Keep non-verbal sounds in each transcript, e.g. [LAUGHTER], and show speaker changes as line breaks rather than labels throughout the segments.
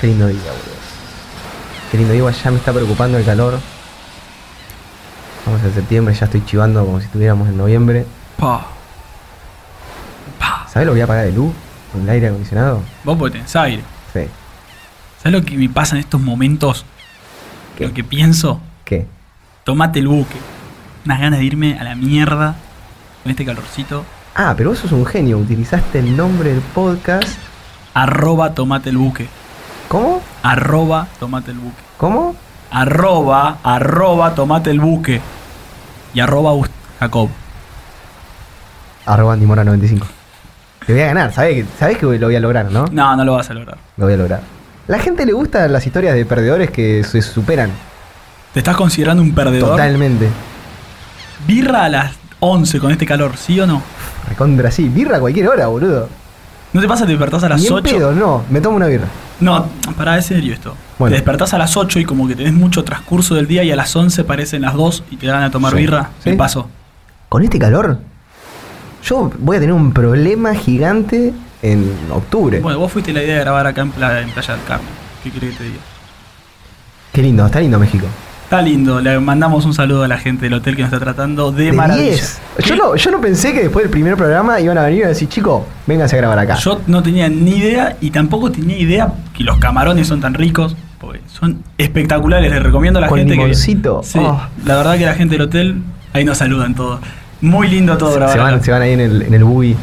Qué lindo día, boludo. Qué lindo día, ya me está preocupando el calor. Vamos en septiembre, ya estoy chivando como si estuviéramos en noviembre.
Pa. Pa.
¿Sabés lo que voy a pagar de luz? ¿Con el aire acondicionado?
Vos porque tenés aire.
Sí.
¿Sabes lo que me pasa en estos momentos?
¿Qué?
Lo que pienso,
¿Qué?
tomate el buque. Unas ganas de irme a la mierda con este calorcito.
Ah, pero vos sos un genio. Utilizaste el nombre del podcast.
Arroba tomate el buque.
¿Cómo?
Arroba tomate el buque.
¿Cómo?
Arroba, arroba tomate el buque. Y arroba Agust- Jacob.
Arroba Andy Mora 95. Te voy a ganar, sabés que, sabés que lo voy a lograr, ¿no?
No, no lo vas a lograr.
Lo voy a lograr. La gente le gustan las historias de perdedores que se superan.
¿Te estás considerando un perdedor?
Totalmente.
Birra a las 11 con este calor, ¿sí o no?
Recontra sí. Birra a cualquier hora, boludo.
¿No te pasa que te despertás a las
Ni en
8?
pedo, no. Me tomo una birra.
No, pará, es serio esto.
Bueno.
Te despertás a las 8 y como que tenés mucho transcurso del día y a las 11 parecen las 2 y te dan a tomar
Sí.
birra.
Sí.
¿Qué pasó?
Con este calor, yo voy a tener un problema gigante en octubre.
Bueno, vos fuiste la idea de grabar acá en, Pla- en Playa del Carmen. ¿Qué querés que te diga?
Qué lindo, está lindo México.
Está lindo, le mandamos un saludo a la gente del hotel que nos está tratando de,
De
maravilla.
10. Yo no, yo no pensé que después del primer programa iban a venir y iban a decir, chico, vénganse a grabar acá.
Yo no tenía ni idea y tampoco tenía idea que los camarones son tan ricos. porque Son espectaculares, les recomiendo a la
Con
gente
limoncito.
que. Sí,
Oh.
la verdad que la gente del hotel, ahí nos saludan todos. Muy lindo todo
se,
grabar.
se van,
acá.
se van ahí en el, en el buggy.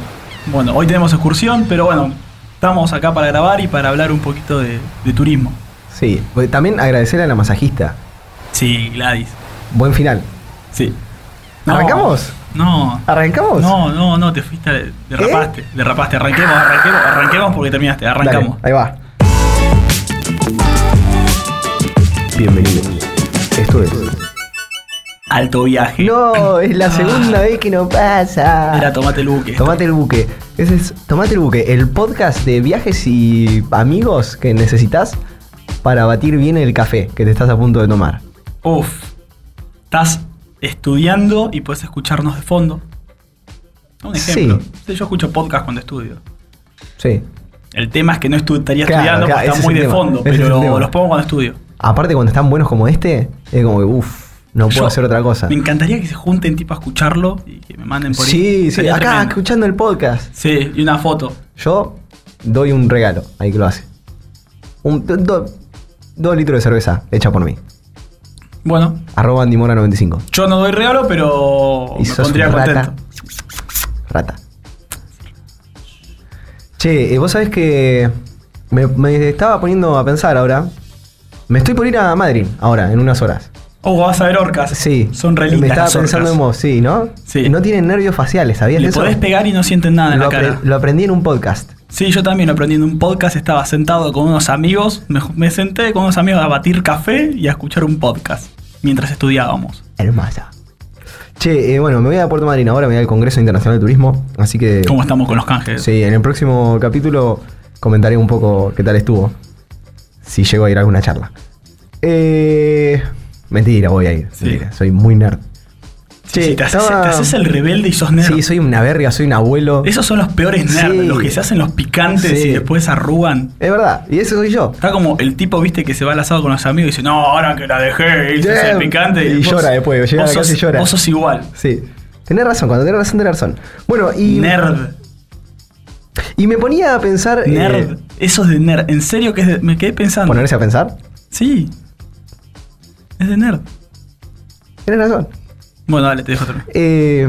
Bueno, hoy tenemos excursión, pero bueno, estamos acá para grabar y para hablar un poquito de, de turismo.
Sí. Porque También agradecerle a la masajista.
Sí, Gladys.
Buen final.
Sí.
¿Arrancamos?
No.
¿Arrancamos?
No, no, no, te fuiste, al- derrapaste, derrapaste, arranquemos, arranquemos, arranquemos porque terminaste,
Ah. Dale,
arrancamos.
ahí va. Bienvenido. Esto es.
Alto viaje.
No, es la segunda vez que no pasa.
Ah. Era tomate luque.
Tomate el buque. Ese es Tomate el buque, el podcast de viajes y amigos que necesitas para batir bien el café que te estás a punto de tomar.
Uf. Estás estudiando y puedes escucharnos de fondo. Un
Sí.
ejemplo. Sí, Yo escucho podcast cuando estudio.
Sí.
El tema es que no estu- estaría
Claro,
estudiando
claro,
porque
ese
está
es
muy
el
de
tema,
fondo,
ese es el tema.
pero los pongo cuando estudio.
Aparte cuando están buenos como este, es como que uff, no puedo
Yo-
hacer otra cosa.
Me encantaría que se junten tipo a escucharlo y que me manden por ahí.
Sí, sí,
Estaría
acá
tremendo.
escuchando el podcast.
Sí, y una foto.
Yo doy un regalo, ahí que lo hace. Un, do- do- dos litros de cerveza hecha por mí.
Bueno,
Arroba Andimora95.
yo no doy regalo, pero
Y
Oh, me
sos
pondría
un rata.
contento.
Rata. Che, eh, vos sabés que me, me estaba poniendo a pensar ahora. Me estoy por ir a Madrid ahora, en unas horas.
Oh, vas a ver orcas.
Sí.
Son re
Me
lindas
estaba
las orcas.
pensando en vos, sí, ¿no?
Sí.
No tienen nervios faciales, ¿sabías de
Le
eso?
podés pegar y no sienten nada en
lo,
la cara.
apre- lo aprendí en un podcast.
Sí, yo también aprendiendo un podcast, estaba sentado con unos amigos, me, me senté con unos amigos a batir café y a escuchar un podcast mientras estudiábamos.
Hermosa. Che, eh, bueno, me voy a Puerto Madryn ahora, me voy al Congreso Internacional de Turismo. Así que.
¿Cómo estamos con los canjes?
Sí, en el próximo capítulo comentaré un poco qué tal estuvo. Si llego a ir a alguna charla. Eh, mentira, voy a ir.
Sí.
mentira, soy muy nerd.
Sí,
Che,
sí, te, haces,
estaba-
te haces el rebelde y sos nerd.
Sí, soy una verga, soy un abuelo.
Esos son los peores nerds,
Sí.
los que se hacen los picantes
Sí.
y después arrugan.
Es verdad, y ese soy yo.
Está como el tipo, viste, que se va al asado con los amigos y dice, no, ahora que la dejé, y se hace
Damn.
el picante.
Y llora después, llega a la
vos
casa
sos-
y llora.
Vos sos igual.
Sí. Tenés razón, cuando tenés razón, tenés razón. Bueno, y.
Nerd.
Y me ponía a pensar. eh,
Nerd. Eso es de nerd. En serio que es de- me quedé pensando.
ponerse a pensar.
Sí. Es de nerd.
Tenés razón.
Bueno, dale, te dejo también.
Eh,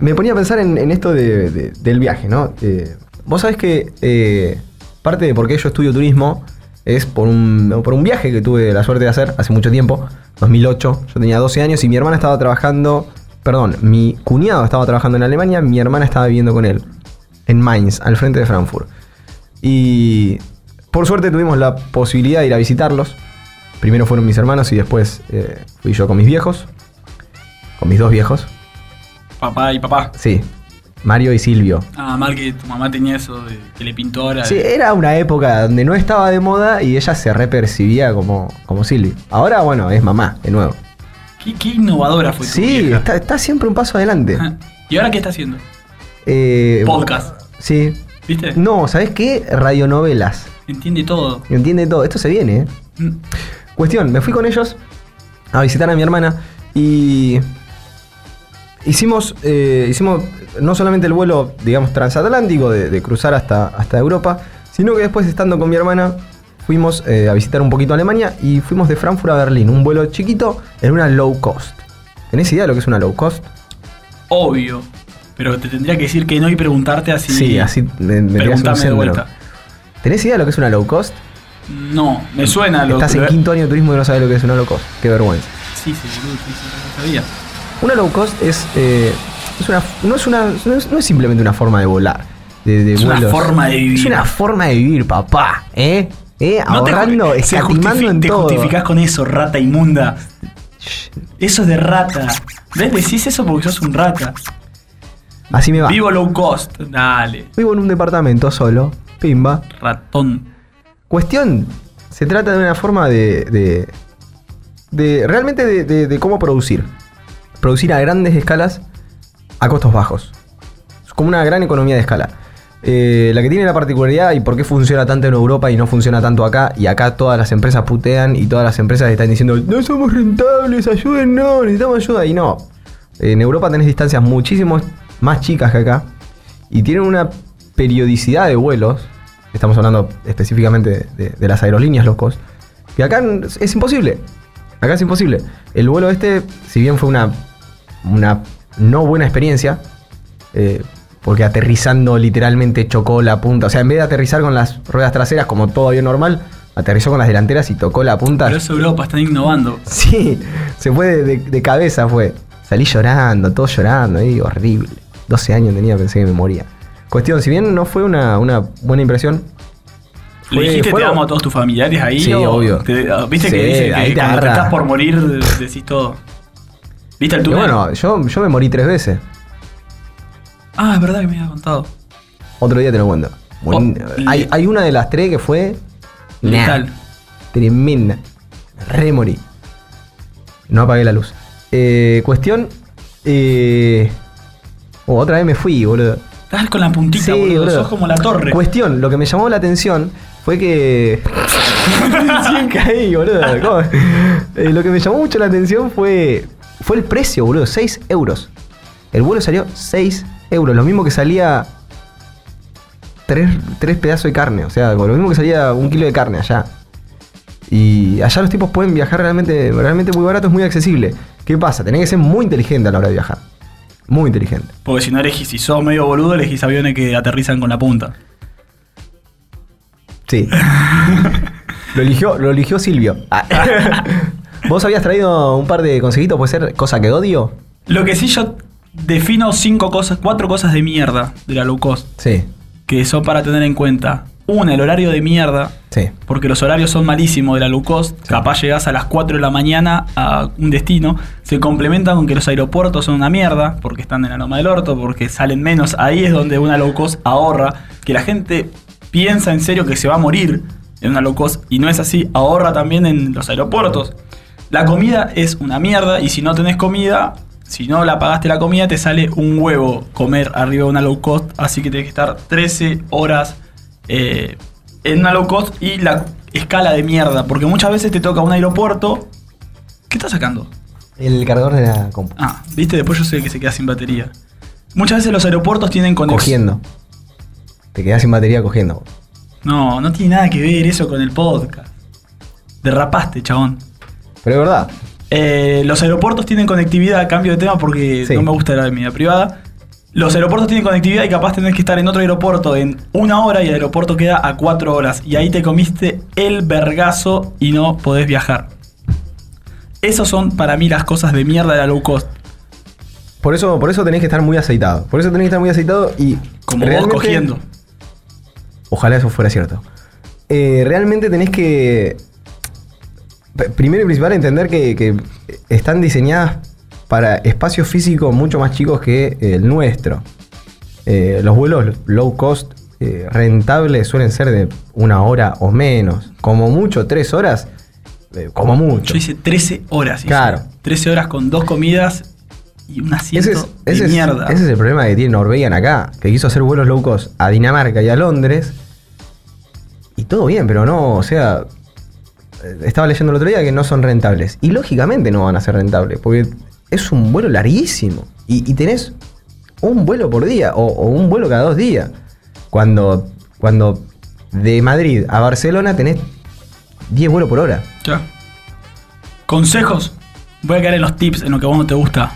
me ponía a pensar en, en esto de- de- del viaje, ¿no? Eh, Vos sabés que eh, parte de por qué yo estudio turismo es por un, por un viaje que tuve la suerte de hacer hace mucho tiempo, 2008. Yo tenía 12 años y mi hermana estaba trabajando, perdón, mi cuñado estaba trabajando en Alemania, mi hermana estaba viviendo con él, en Mainz, al frente de Frankfurt. Y por suerte tuvimos la posibilidad de ir a visitarlos. Primero fueron mis hermanos y después eh, fui yo con mis viejos, con mis dos viejos,
Papá y papá.
Sí, Mario y Silvio.
Ah, mal que tu mamá tenía eso de que le pintó ahora.
Sí, eh. era una época donde no estaba de moda y ella se repercibía como, como Silvio. Ahora, bueno, es mamá, de nuevo.
¿Qué, qué innovadora fue tu
Sí,
vieja.
está, está siempre un paso
[LAUGHS]
adelante.
Ajá. ¿Y ahora qué está haciendo?
Eh,
Podcast.
Sí.
¿Viste?
No, ¿sabes qué? Radionovelas.
Entiende todo.
Entiende todo. Esto se viene, ¿eh?
Mm.
Cuestión, me fui con ellos a visitar a mi hermana y hicimos, eh, hicimos no solamente el vuelo, digamos, transatlántico de, de cruzar hasta, hasta Europa, sino que después estando con mi hermana fuimos eh, a visitar un poquito Alemania y fuimos de Frankfurt a Berlín, un vuelo chiquito en una low cost. ¿Tenés idea de lo que es una low cost?
Obvio. Pero te tendría que decir que no y preguntarte así.
Sí, así me, me tirás un
Preguntame de
centro.
vuelta.
¿Tenés idea de lo que es una low cost?
No, me suena lo
Estás en
lo-
quinto año de turismo y no sabes lo que es una low cost. Qué vergüenza.
Sí, sí, boludo, sí, sí, no sabía.
Una low cost es, eh, es una, no, es una, no, es, no es simplemente una forma de volar. De, de
Es una
vuelos.
forma de vivir.
Es una forma de vivir, papá. ¿Eh? ¿Eh?
No te ju-
Ahorrando,
se
escatimando
justifi-
en
te
todo.
justificás con eso, rata inmunda.
Shh,
Eso es de rata. ¿Ves? Decís eso porque sos un rata.
Así me va. Vivo.
Vivo low cost. Dale,
en un departamento solo. Pimba.
ratón.
Cuestión. Se trata de una forma de. de, de- realmente de, de- de cómo producir. Producir a grandes escalas a costos bajos. Es como una gran economía de escala. Eh, la que tiene la particularidad y por qué funciona tanto en Europa y no funciona tanto acá, y acá todas las empresas putean y todas las empresas están diciendo, no somos rentables, ayúdennos, necesitamos ayuda, y no. En Europa tenés distancias muchísimo más chicas que acá, y tienen una periodicidad de vuelos, estamos hablando específicamente de, de las aerolíneas locos, que acá n- es imposible. Acá es imposible. El vuelo este, si bien fue una, una no buena experiencia, eh, porque aterrizando literalmente chocó la punta. O sea, en vez de aterrizar con las ruedas traseras como todo avión normal, aterrizó con las delanteras y tocó la punta.
Pero es Europa, están innovando.
[LAUGHS] Sí, se fue de, de- de cabeza, fue. Salí llorando, todo llorando, ahí, horrible. 12 años tenía, pensé que me moría. Cuestión, si bien no fue una, una buena impresión.
¿Le
fue-
dijiste
fue-
te amo a todos tus familiares ahí?
Sí,
o
obvio.
te- ah, ¿Viste
Sí,
que dice
ahí
que
te
cuando te
agarra.
estás por morir de- decís todo? ¿Viste el
Y
túnel?
bueno, yo, yo me morí tres veces.
Ah, es verdad que me habías contado.
Otro día te lo cuento. Morí-
Oh,
hay,
le-
hay una de las tres que fue. nah,
Letal.
Tremenda. Re morí. No apagué la luz. Eh, cuestión. eh, oh, otra vez me fui, boludo.
Estás con la puntita,
Sí,
boludo.
boludo.
Sos como la torre. [LAUGHS]
Cuestión, lo que me llamó la atención fue que. Recién caí, boludo. ¿Cómo? Eh, lo que me llamó mucho la atención fue. Fue el precio, boludo. 6 euros. El vuelo salió 6 euros. Lo mismo que salía. Tres, tres pedazos de carne. O sea, con lo mismo que salía un kilo de carne allá. Y allá los tipos pueden viajar realmente, realmente muy barato, es muy accesible. ¿Qué pasa? Tenés que ser muy inteligente a la hora de viajar. Muy inteligente.
Porque si no elegís, si sos medio boludo, elegís aviones que aterrizan con la punta.
[LAUGHS] Sí. lo, eligió, lo eligió Silvio. Ah. [LAUGHS] ¿Vos habías traído un par de consejitos? ¿Puede ser cosa que odio?
Lo que sí yo defino cinco cosas, cuatro cosas de mierda de la low cost
Sí,
que son para tener en cuenta. Una, el horario de mierda,
sí.
porque los horarios son malísimos de la low cost. Capaz llegás a las 4 de la mañana a un destino. Se complementan con que los aeropuertos son una mierda, porque están en la loma del orto, porque salen menos. Ahí es donde una low cost ahorra. Que la gente piensa en serio que se va a morir en una low cost y no es así. Ahorra también en los aeropuertos. La comida es una mierda y si no tenés comida, si no la pagaste la comida, te sale un huevo comer arriba de una low cost. Así que tenés que estar 13 horas eh, en una low cost y la escala de mierda. Porque muchas veces te toca un aeropuerto. ¿Qué estás sacando?
El cargador de la compu.
Ah, viste, después yo sé que se queda sin batería. Muchas veces los aeropuertos tienen conexión.
Cogiendo. Te quedás sin batería cogiendo.
No, no tiene nada que ver eso con el podcast. Derrapaste, chabón.
Pero es verdad.
Eh, los aeropuertos tienen conectividad, a cambio de tema porque
Sí.
no me gusta la de medida privada. Los aeropuertos tienen conectividad y capaz tenés que estar en otro aeropuerto en una hora y el aeropuerto queda a cuatro horas. Y ahí te comiste el vergazo y no podés viajar. Esas son para mí las cosas de mierda de la low cost.
Por eso, por eso tenés que estar muy aceitado. Por eso tenés que estar muy aceitado y.
Como
realmente-
vos cogiendo.
Ojalá eso fuera cierto. Eh, realmente tenés que. p- Primero y principal, entender que, que están diseñadas para espacios físicos mucho más chicos que el nuestro. Eh, los vuelos low cost eh, rentables suelen ser de una hora o menos. Como mucho, tres horas. eh, como mucho.
Yo hice 13 horas. hice.
Claro.
13 horas con dos comidas y un asiento
Ese es,
de
ese es-
mierda.
ese es el problema que tiene Norwegian acá, que quiso hacer vuelos low cost a Dinamarca y a Londres. Y todo bien, pero no, o sea, eh, estaba leyendo el otro día que no son rentables. Y lógicamente no van a ser rentables, porque es un vuelo larguísimo. Y, y tenés un vuelo por día o, o un vuelo cada dos días. Cuando, cuando de Madrid a Barcelona tenés 10 vuelos por hora.
Ya. Consejos. Voy a caer en los tips en lo que a vos no te gusta.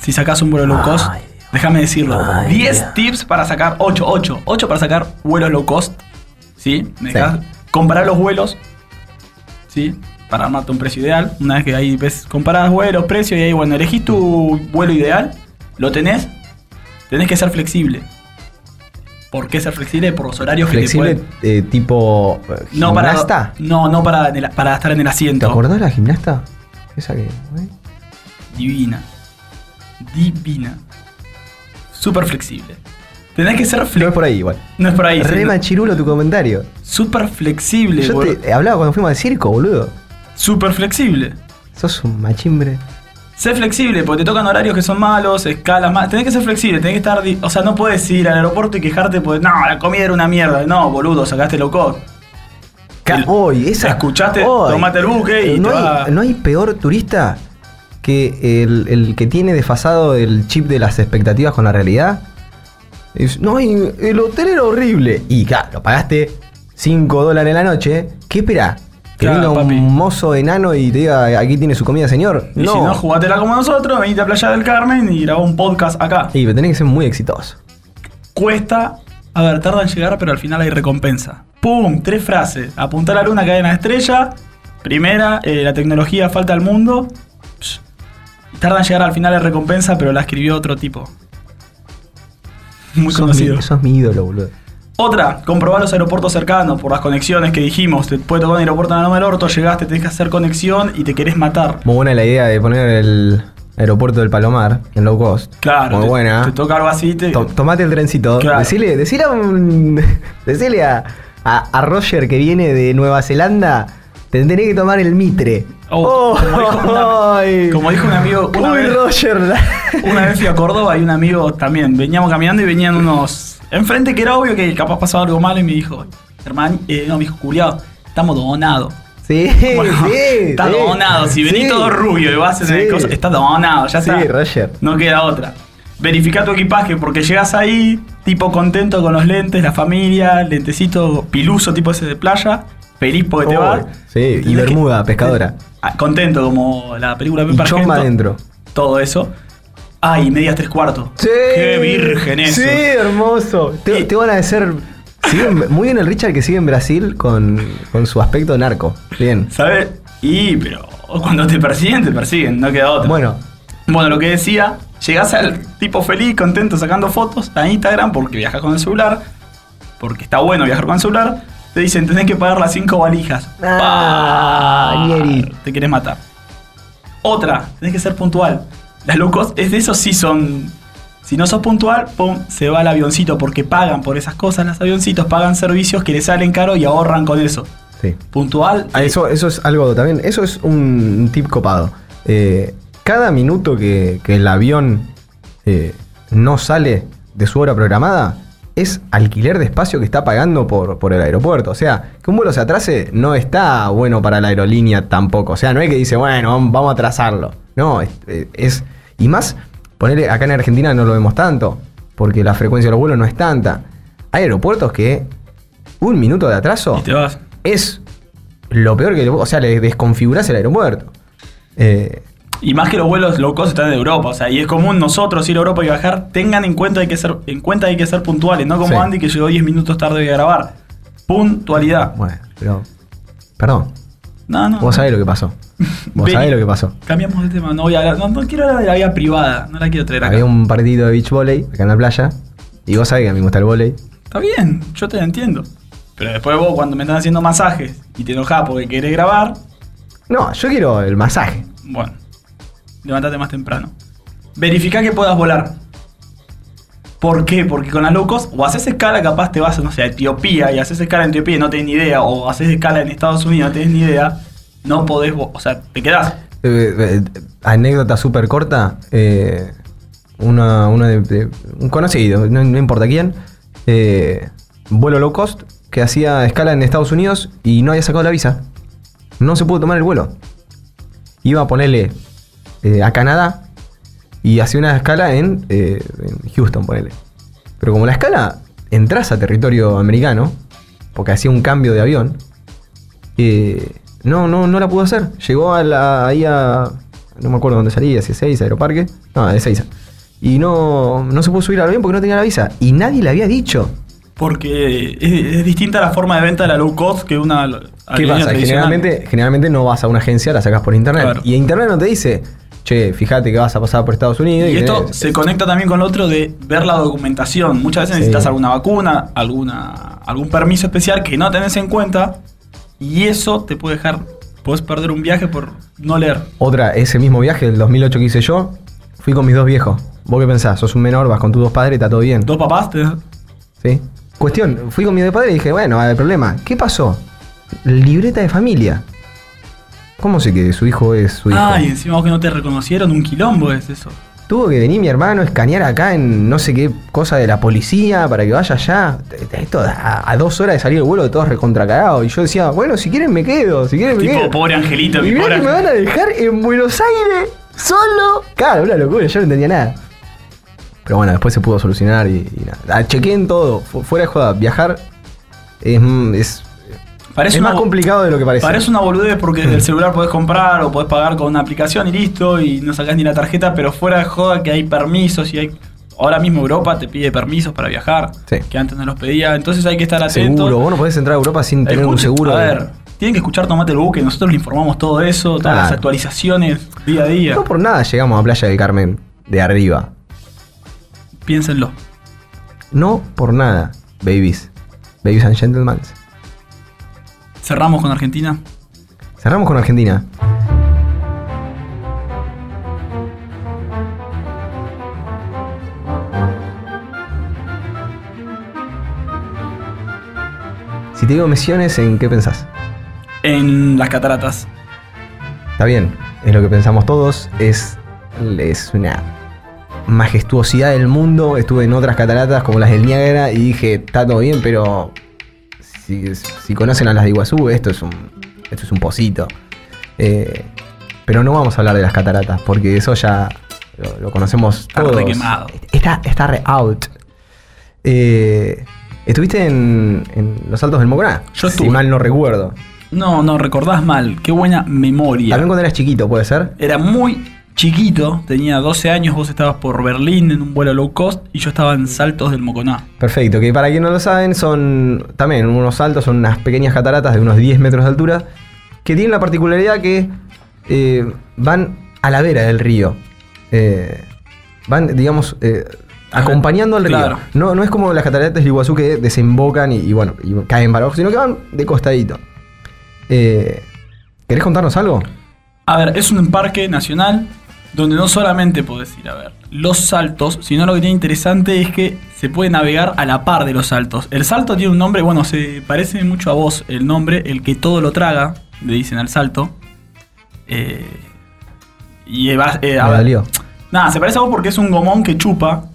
Si sacás un vuelo low cost,
Ay, Dios.
déjame decirlo.
Ay,
10
Dios.
tips para sacar 8, 8, 8 para sacar vuelos low cost. ¿Sí? ¿Me
Sí.
dejás? Comparar los vuelos. ¿Sí? Para armarte un precio ideal. Una vez que ahí ves, comparás vuelos, precio y ahí, bueno, elegís tu vuelo ideal. Lo tenés. Tenés que ser flexible. ¿Por qué ser flexible? Por los horarios que
Flexible
te pueden...
eh, tipo eh,
No para,
gimnasta.
no, no para, en el- para estar en el asiento.
¿Te acordás la gimnasta? Esa que. ¿eh?
divina. Divina. Súper flexible. Tenés que ser
No es
flexible.
por ahí igual.
No es por ahí.
Re
sí.
machirulo tu comentario.
Súper flexible,
Yo
boludo.
te hablaba cuando fuimos al circo, boludo.
Súper flexible.
Sos un machimbre.
Sé flexible, porque te tocan horarios que son malos, escalas malas. Tenés que ser flexible, tenés que estar. di- O sea, no puedes ir al aeropuerto y quejarte porque. No, la comida era una mierda. No, boludo, sacaste low cost.
Ca- oh,
El-
hoy, esa.
escuchaste,
hoy. Eh,
tomate el buque y
no
te
hay,
va-
no hay peor turista que el, el que tiene desfasado el chip de las expectativas con la realidad. Es- no, hay- el hotel era horrible. Y claro, lo pagaste 5 dólares la noche. ¿Qué espera? Que
Claro,
venga
papi.
un mozo enano y te diga, aquí tiene su comida, señor.
Y si no,
no.
jugátela como nosotros, venite a Playa del Carmen y grabá un podcast acá.
Y pero tenés que ser muy exitoso.
cuesta. A ver, tarda en llegar, pero al final hay recompensa. ¡Pum! Tres frases. Apuntar a la luna, cae en la estrella. Primera, eh, la tecnología falta al mundo. Psh. Tarda en llegar al final hay recompensa, pero la escribió otro tipo. Muy
sos
conocido.
Mi, sos mi ídolo, boludo.
Otra, comprobar los aeropuertos cercanos por las conexiones que dijimos. Te puede tocar un aeropuerto en el del orto, llegaste, tenés que hacer conexión y te querés matar.
Muy buena la idea de poner el aeropuerto del Palomar en low cost.
Claro,
Muy
te,
buena.
te toca algo así. Te,
To- tomate el trencito.
Claro.
Decile, decile a un- [LAUGHS] decile a, a- a Roger que viene de Nueva Zelanda. Te tenés que tomar el mitre.
Oh, como
[LAUGHS]
dijo una-
ay.
como dijo un amigo una
Uy,
vez- [LAUGHS]
Roger.
Una vez fui a Córdoba y un amigo también. Veníamos caminando y venían unos. Enfrente que era obvio que capaz pasaba algo malo y me dijo, hermano, eh, no, me dijo, culiado, estamos donados.
sí,
Bueno,
sí.
está
sí.
donado. Si venís
Sí.
todo rubio y vas a tener
Sí.
cosas, está donado, ya
Sí,
está.
Roger.
No queda otra. Verifica tu equipaje porque llegas ahí, tipo contento con los lentes, la familia, lentecito piluso, tipo ese de playa, feliz porque te
Oh,
vas.
sí, y
Tenés que-
bermuda, pescadora.
Ah, Contento como la película
Y
Pepe
chomba
Argento
adentro.
todo eso. Ay, medias tres cuartos.
Sí.
Qué virgen eso.
Sí, hermoso. Te,
Y-
te van a decir. sigue en- muy bien el Richard que sigue en Brasil con, con su aspecto narco. Bien.
¿Sabes? Y, pero cuando te persiguen, te persiguen, no queda otra.
Bueno,
Bueno, lo que decía, llegás al tipo feliz, contento, sacando fotos a Instagram porque viajas con el celular, porque está bueno viajar con el celular. Te dicen, tenés que pagar las cinco valijas.
Ah,
Pa-
Nieri.
Te querés matar. Otra, tenés que ser puntual. Las locos, es de esos sí son. Si no sos puntual, pum, se va el avioncito porque pagan por esas cosas. Los avioncitos pagan servicios que les salen caro y ahorran con eso.
sí.
Puntual,
Ah, Eso, eso es algo también. Eso es un tip copado. Eh, cada minuto que, que el avión eh, no sale de su hora programada es alquiler de espacio que está pagando por, por el aeropuerto. O sea, que un vuelo se atrase no está bueno para la aerolínea tampoco. O sea, no es que dice, bueno, vam- vamos a atrasarlo. No, es. eh, es- y más, ponerle acá en Argentina no lo vemos tanto, porque la frecuencia de los vuelos no es tanta. Hay aeropuertos que un minuto de atraso
y te vas.
es lo peor que le, o sea, le desconfigurás el aeropuerto. Eh,
Y más que los vuelos low cost están de Europa, o sea, y es común nosotros ir a Europa y viajar, tengan en cuenta hay que ser, en cuenta hay que ser puntuales, no como
Sí.
Andy que llegó 10 minutos tarde de grabar. Puntualidad.
bueno, pero. Perdón,
No, no.
vos sabés lo que pasó. Vos
Vení.
sabés lo que pasó.
Cambiamos de tema, no voy a hablar, no, no quiero hablar de la vida privada, no la quiero traer acá.
Había un partido de beach volley acá en la playa. Y vos sabés que a mí me gusta el volley.
Está bien, yo te entiendo. Pero después vos cuando me están haciendo masajes y te enojás porque querés grabar,
No, yo quiero el masaje.
bueno, levantate más temprano. Verifica que puedas volar. ¿Por qué? Porque con las low cost, o haces escala, capaz te vas, no sé, a Etiopía y haces escala en Etiopía y no tenés ni idea, o haces escala en Estados Unidos y no tenés ni idea, no podés, vo- o sea, te quedás.
Eh, eh, anécdota súper corta. eh, una, una de- de- un conocido, no, no importa quién. eh, vuelo low cost, que hacía escala en Estados Unidos y no había sacado la visa. No se pudo tomar el vuelo. Iba a ponerle eh, a Canadá y hacía una escala en, eh, en Houston, ponele. Pero como la escala entras a territorio americano, porque hacía un cambio de avión, eh, no, no, no la pudo hacer. Llegó a la, ahí a. No me acuerdo dónde salía, si Ezeiza, Aeroparque. No, de Ezeiza. Y no, no se pudo subir al avión porque no tenía la visa. Y nadie le había dicho.
Porque es, es distinta la forma de venta de la low cost que una
¿Qué
aerolínea
pasa?
tradicional.
Generalmente, generalmente no vas a una agencia, la sacas por internet.
Claro.
Y internet no te dice, che, fíjate que vas a pasar por Estados Unidos.
Y esto
tenés-
se conecta también con lo otro de ver la documentación. Muchas veces
Sí.
necesitas alguna vacuna, alguna, algún permiso especial que no tenés en cuenta y eso te puede dejar, puedes perder un viaje por no leer.
Otra, ese mismo viaje del 2008 que hice yo, fui con mis dos viejos. ¿Vos qué pensás? Sos un menor, vas con tus dos padres, está todo bien.
Dos papás, te-
¿Sí? Cuestión, fui con mi padre y dije, bueno, hay problema. ¿Qué pasó? Libreta de familia. ¿Cómo sé que su hijo es su hijo?
Ay, encima vos que no te reconocieron, un quilombo es eso.
Tuvo que venir mi hermano a escanear acá en no sé qué cosa de la policía para que vaya allá. Esto a, a dos horas de salir el vuelo, todos recontracagados. Y yo decía, bueno, si quieren me quedo, si quieren me
Tipo,
quedo.
pobre angelito,
Y
mi
mirá
pobre
que me
angelito.
van a dejar en Buenos Aires solo. Claro, una locura, yo no entendía nada. Pero bueno, después se pudo solucionar y, y nada. Ah, Chequeen todo, fu- fuera de joda. Viajar es, mm, es,
Parece
es
una
más
bo-
complicado de lo que parece.
Parece una boludez porque del celular podés comprar o podés pagar con una aplicación y listo, y no sacás ni la tarjeta, pero fuera de joda que hay permisos y hay. Ahora mismo Europa te pide permisos para viajar,
Sí.
que antes no los pedía, entonces hay que estar atento.
seguro, vos no podés entrar a Europa sin tener un
Escuchen,
seguro.
A
de-
ver, tienen que escuchar Tomate el Buque, nosotros le informamos todo eso, todas las
Claro.
actualizaciones día a día.
No por nada llegamos a Playa del Carmen de arriba.
Piénsenlo.
No por nada, babies. Babies and gentlemen.
Cerramos con Argentina.
Cerramos con Argentina. Si te digo Misiones, ¿en qué pensás?
En las cataratas.
Está bien, es lo que pensamos todos, es, es una majestuosidad del mundo. Estuve en otras cataratas como las del Niágara y dije, está todo bien, pero si, si conocen a las de Iguazú, esto es un, esto es un pocito. Eh, pero no vamos a hablar de las cataratas, porque eso ya lo, lo conocemos
Está
todos.
requemado.
Está, está re out. Eh, estuviste en, en los Altos del Moconá,
Yo
si
estuve.
mal no recuerdo.
No, no, recordás mal. Qué buena memoria.
También cuando eras chiquito, ¿puede ser?
Era muy chiquito, tenía 12 años, vos estabas por Berlín en un vuelo low cost y yo estaba en Saltos del Moconá.
Perfecto, que para quien no lo saben, son también unos saltos, son unas pequeñas cataratas de unos 10 metros de altura, que tienen la particularidad que eh, van a la vera del río. Eh, van, digamos, eh, acompañando al río.
Claro.
No, no es como las cataratas de Iguazú que desembocan y, y bueno, y caen para abajo, sino que van de costadito. Eh, ¿Querés contarnos algo?
A ver, es un parque nacional donde no solamente podés ir a ver los saltos, sino lo que tiene interesante es que se puede navegar a la par de los saltos. El salto tiene un nombre, bueno, se parece mucho a vos el nombre, el que todo lo traga, le dicen al salto. Eh, y eh, va- eh, a
Me
ver,
dolió.
Nada, se parece a vos porque es un gomón que chupa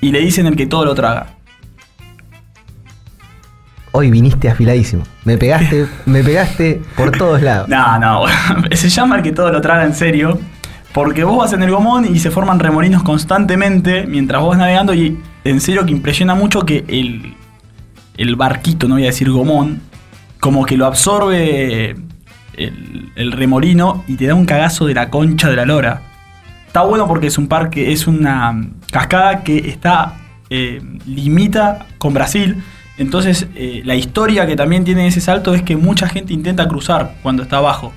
y le dicen el que todo lo traga.
Hoy viniste afiladísimo. Me pegaste, me pegaste
[LAUGHS]
por todos lados.
No, no, [LAUGHS] se llama el que todo lo traga en serio. Porque vos vas en el gomón y se forman remolinos constantemente mientras vos vas navegando y en serio que impresiona mucho que el, el barquito, no voy a decir gomón, como que lo absorbe el, el remolino y te da un cagazo de la concha de la lora. Está bueno porque es un parque, es una mm, cascada que está eh, limita con Brasil. Entonces, eh, la historia que también tiene ese salto es que mucha gente intenta cruzar cuando está abajo.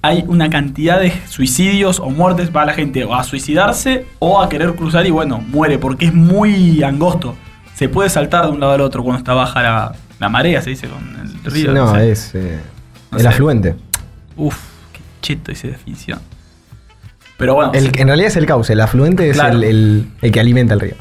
Hay una cantidad de suicidios o muertes para la gente o a suicidarse o a querer cruzar y bueno, muere porque es muy angosto. Se puede saltar de un lado al otro cuando está baja la, la marea, se dice con el río.
no,
sé.
es eh,
No
el
sé.
afluente.
Uf, qué cheto esa definición. Pero bueno,
El- en realidad es el cauce, el afluente es
Claro.
el, el- el que alimenta el río.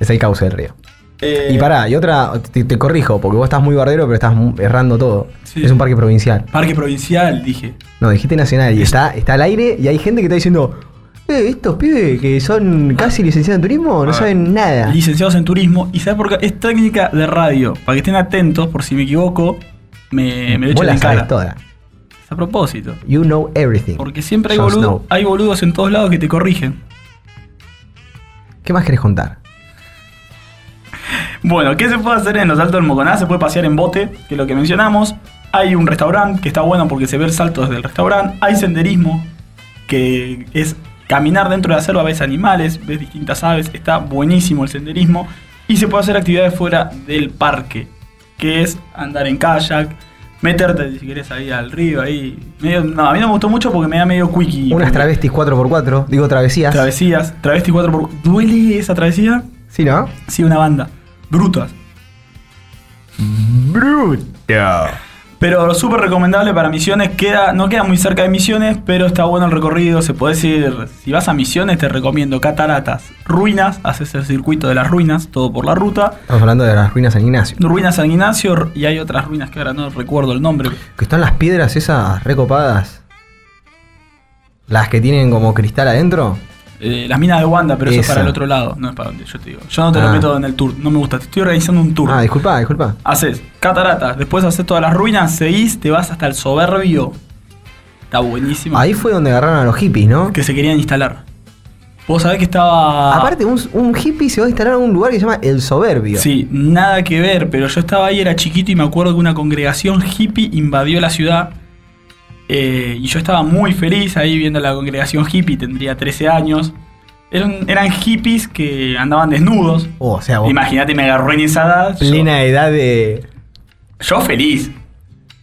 Es el cauce del río.
eh,
y pará, y otra, te, te corrijo, porque vos estás muy bardero, pero estás mu- errando todo.
Sí.
Es un parque provincial.
Parque provincial, dije.
No, dijiste nacional y está, está al aire y hay gente que está diciendo, "Eh, estos pibes que son casi licenciados en turismo no
Ah.
saben nada.
licenciados en turismo. ¿Y sabes por qué? Es técnica de radio. Para que estén atentos, por si me equivoco, eh, me, me lo
Vos
echan
la
en
sabes
cara.
toda.
Es a propósito.
You know everything.
Porque siempre hay,
Jon
boludo-
Snow.
hay boludos en todos lados que te corrigen.
¿Qué más querés contar?
Bueno, ¿qué se puede hacer en los Altos del Moconá? Se puede pasear en bote, que es lo que mencionamos. Hay un restaurante que está bueno porque se ve el salto desde el restaurante. Hay senderismo, que es caminar dentro de la selva, ves animales, ves distintas aves. Está buenísimo el senderismo. Y se puede hacer actividades fuera del parque, que es andar en kayak, meterte si querés ahí al río, ahí. Medio- no, a mí no me gustó mucho porque me da medio quickie.
Unas
Porque-
travestis 4x4, digo travesías.
Travesías, travesti 4 por ¿Duele esa travesía?
sí, ¿no?
Sí, una banda. Brutas.
Bruta.
Pero súper recomendable para Misiones. Queda, no queda muy cerca de Misiones, pero está bueno el recorrido. Se puede ir. Si vas a Misiones, te recomiendo cataratas, ruinas. Haces el circuito de las ruinas, todo por la ruta.
Estamos hablando de las ruinas San Ignacio.
Ruinas San Ignacio y hay otras ruinas que ahora no recuerdo el nombre.
Que están las piedras esas recopadas. Las que tienen como cristal adentro.
Eh, las minas de Wanda, pero eso es
Esa.
para el otro lado. No es para donde yo te digo. Yo no te
Ah.
lo meto en el tour. No me gusta. Te estoy organizando un tour.
Ah, disculpa, disculpa.
Haces cataratas, después haces todas las ruinas, seguís, te vas hasta el soberbio. Está buenísimo.
Ahí fue donde agarraron a los hippies, ¿no?
Que se querían instalar. Vos sabés que estaba.
Aparte, un, un hippie se va a instalar en un lugar que se llama El Soberbio.
Sí, nada que ver, pero yo estaba ahí, era chiquito y me acuerdo que una congregación hippie invadió la ciudad. eh, y yo estaba muy feliz ahí viendo la congregación hippie, tendría 13 años. Eran, eran hippies que andaban desnudos.
Oh, o sea, vos,
Imagínate, me agarró en esa edad. yo-
plena edad de.
Yo feliz.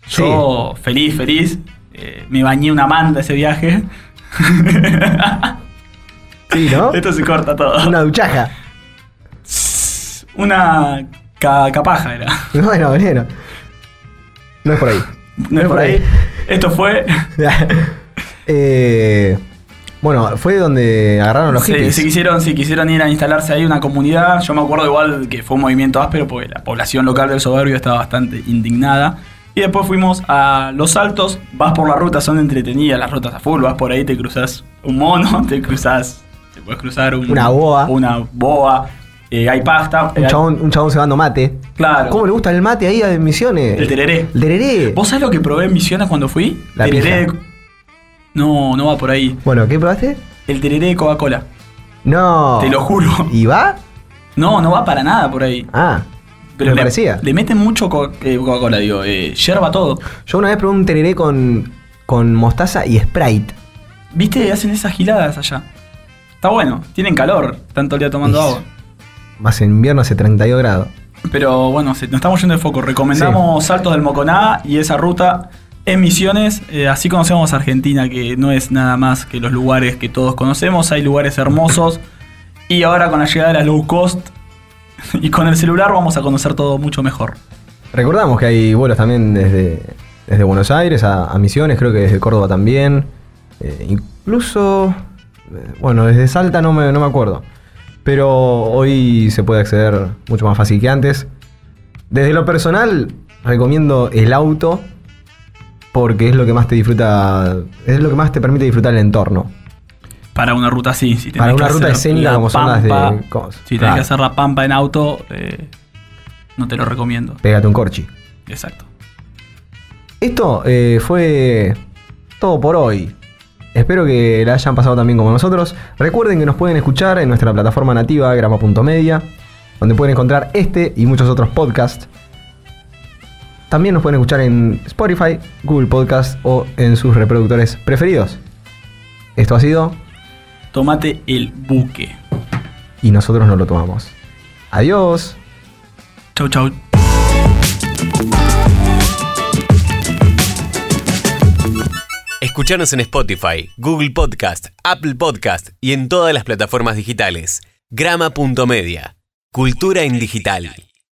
Sí.
Yo feliz, feliz. Eh, me bañé una manta ese viaje.
Sí, ¿no?
[LAUGHS] Esto se corta todo.
Una duchaja.
Una ca- capaja era.
Bueno, bueno. No es por ahí. [LAUGHS]
No es por ahí. Esto fue.
Eh, bueno, fue donde agarraron los
Se,
hippies.
se quisieron, se quisieron ir a instalarse ahí una comunidad. Yo me acuerdo igual que fue un movimiento áspero porque la población local del soberbio estaba bastante indignada. Y después fuimos a Los Altos. Vas por la ruta, son entretenidas las rutas a full. Vas por ahí, te cruzas un mono, [LAUGHS] te cruzas. Te puedes cruzar un-
Una boa.
Una boa. eh, hay pasta. eh,
Un
hay-
chabón, un chabón cebando mate.
Claro.
¿Cómo le gusta el mate ahí a Misiones?
El tereré.
El tereré.
¿Vos sabés lo que probé en Misiones cuando fui?
La
tereré.
pija.
de- No, no va por ahí.
Bueno, ¿qué probaste?
El tereré de Coca-Cola.
No.
Te lo juro.
Ah. ¿Y va?
No, no va para nada por ahí.
Ah.
Pero
me
le,
parecía.
le meten mucho co- eh, Coca-Cola, digo, eh, yerba todo.
Yo una vez probé un tereré con, con mostaza y Sprite.
¿Viste? Hacen esas giladas allá. Está bueno, tienen calor, tanto el día tomando
Sí.
agua.
Más en invierno hace 32 grados.
Pero bueno, se- nos estamos yendo de foco. Recomendamos Saltos del Moconá y esa ruta en Misiones. Eh, así conocemos Argentina, que no es nada más que los lugares que todos conocemos. Hay lugares hermosos. Y ahora con la llegada de las low cost [LAUGHS] y con el celular vamos a conocer todo mucho mejor.
Recordamos que hay vuelos también desde, desde Buenos Aires a, a Misiones, creo que desde Córdoba también. Eh, incluso, eh, bueno, desde Salta no me, no me acuerdo. Pero hoy se puede acceder mucho más fácil que antes. Desde lo personal, recomiendo el auto porque es lo que más te disfruta, es lo que más te permite disfrutar el entorno.
Para una ruta así, si tenés
Para
que
una ruta
hacer
escénica
la
como son las de
Pampa,
Cos-
Si tenés
claro.
que hacer la pampa en auto, eh, no te lo recomiendo.
Pégate un corchi.
Exacto.
Esto eh, fue todo por hoy. Espero que la hayan pasado también como nosotros. Recuerden que nos pueden escuchar en nuestra plataforma nativa, grama.media, donde pueden encontrar este y muchos otros podcasts. También nos pueden escuchar en Spotify, Google Podcast o en sus reproductores preferidos. Esto ha sido
Tomate el buque.
y nosotros no lo tomamos. Adiós.
Chau, chau.
Escuchanos en Spotify, Google Podcast, Apple Podcast y en todas las plataformas digitales. Grama.media. Cultura en digital.